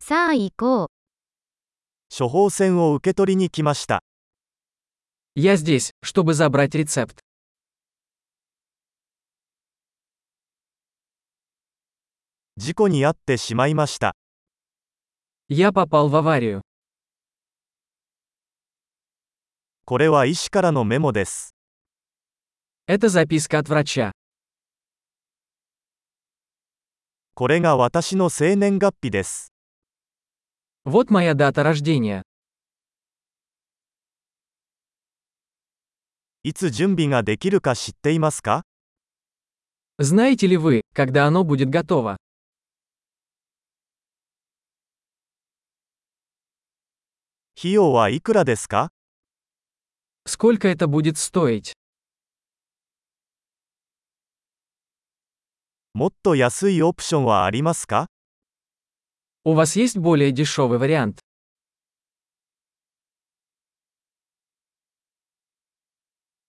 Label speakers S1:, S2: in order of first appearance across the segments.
S1: さあ行こう。
S2: 処方箋を受け取りに来ました。
S3: Я здесь, чтобы забрать рецепт.
S2: 事故に遭ってしまいました。
S3: Я попал в аварию.
S2: これは医師からのメモです。
S3: Это записка от врача.
S2: これが私の生年月日です。
S3: Вот моя дата рождения.
S2: いつ準備ができるか知っていますか
S3: Знаете ли вы, когда оно будет готово?
S2: 費用はいくらですか
S3: Сколько это будет стоить?
S2: もっと安いオプションはありますか
S3: У вас есть более дешевый вариант?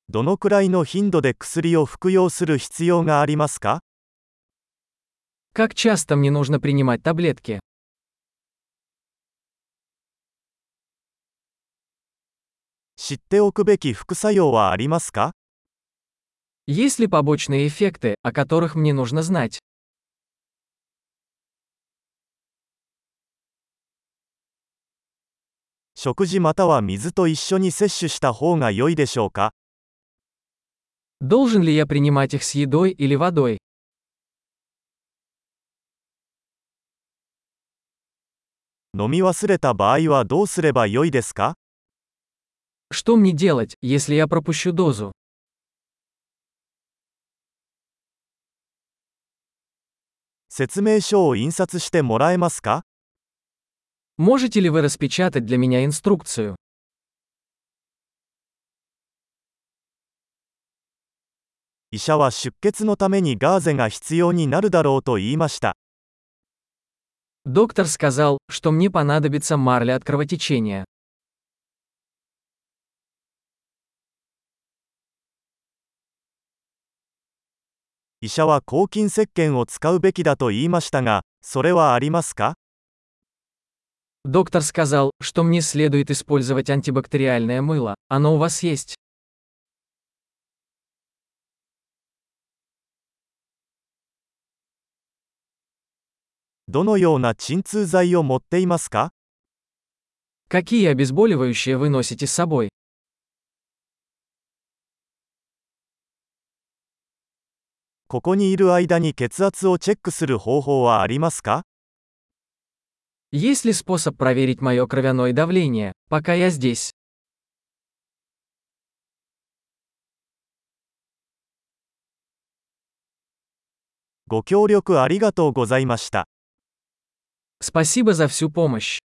S2: どのくらいの頻度で薬を服用する必要がありますか
S3: Как часто мне нужно принимать таблетки?
S2: 知っておくべき副作用はありますか
S3: Есть ли побочные эффекты, о которых мне нужно знать?
S2: 食事または水と一緒に摂取した方が良いでしょうか
S3: Должен ли я принимать их с едой или водой?
S2: 飲み忘れた場合はどうすれば良いですか
S3: Что мне делать, если я пропущу дозу?
S2: 説明書を印刷してもらえますか
S3: Можете ли вы распечатать для меня инструкцию?
S2: 医者は出血のためにガーゼが必要になるだろうと言いました。
S3: Доктор сказал, что мне понадобится марля от кровотечения.
S2: 医者は抗菌石鹸を使うべきだと言いましたが、それはありますか
S3: Доктор сказал, что мне следует использовать антибактериальное мыло. Оно у вас есть?
S2: Д どのような鎮痛剤を持っていますか
S3: Какие обезболивающие вы носите с собой?
S2: ここにいる間に血圧をチェックする方法はありますか
S3: Есть ли способ проверить мое кровяное давление, пока я здесь?
S2: ご協力ありがとうございました。
S3: Спасибо за всю помощь.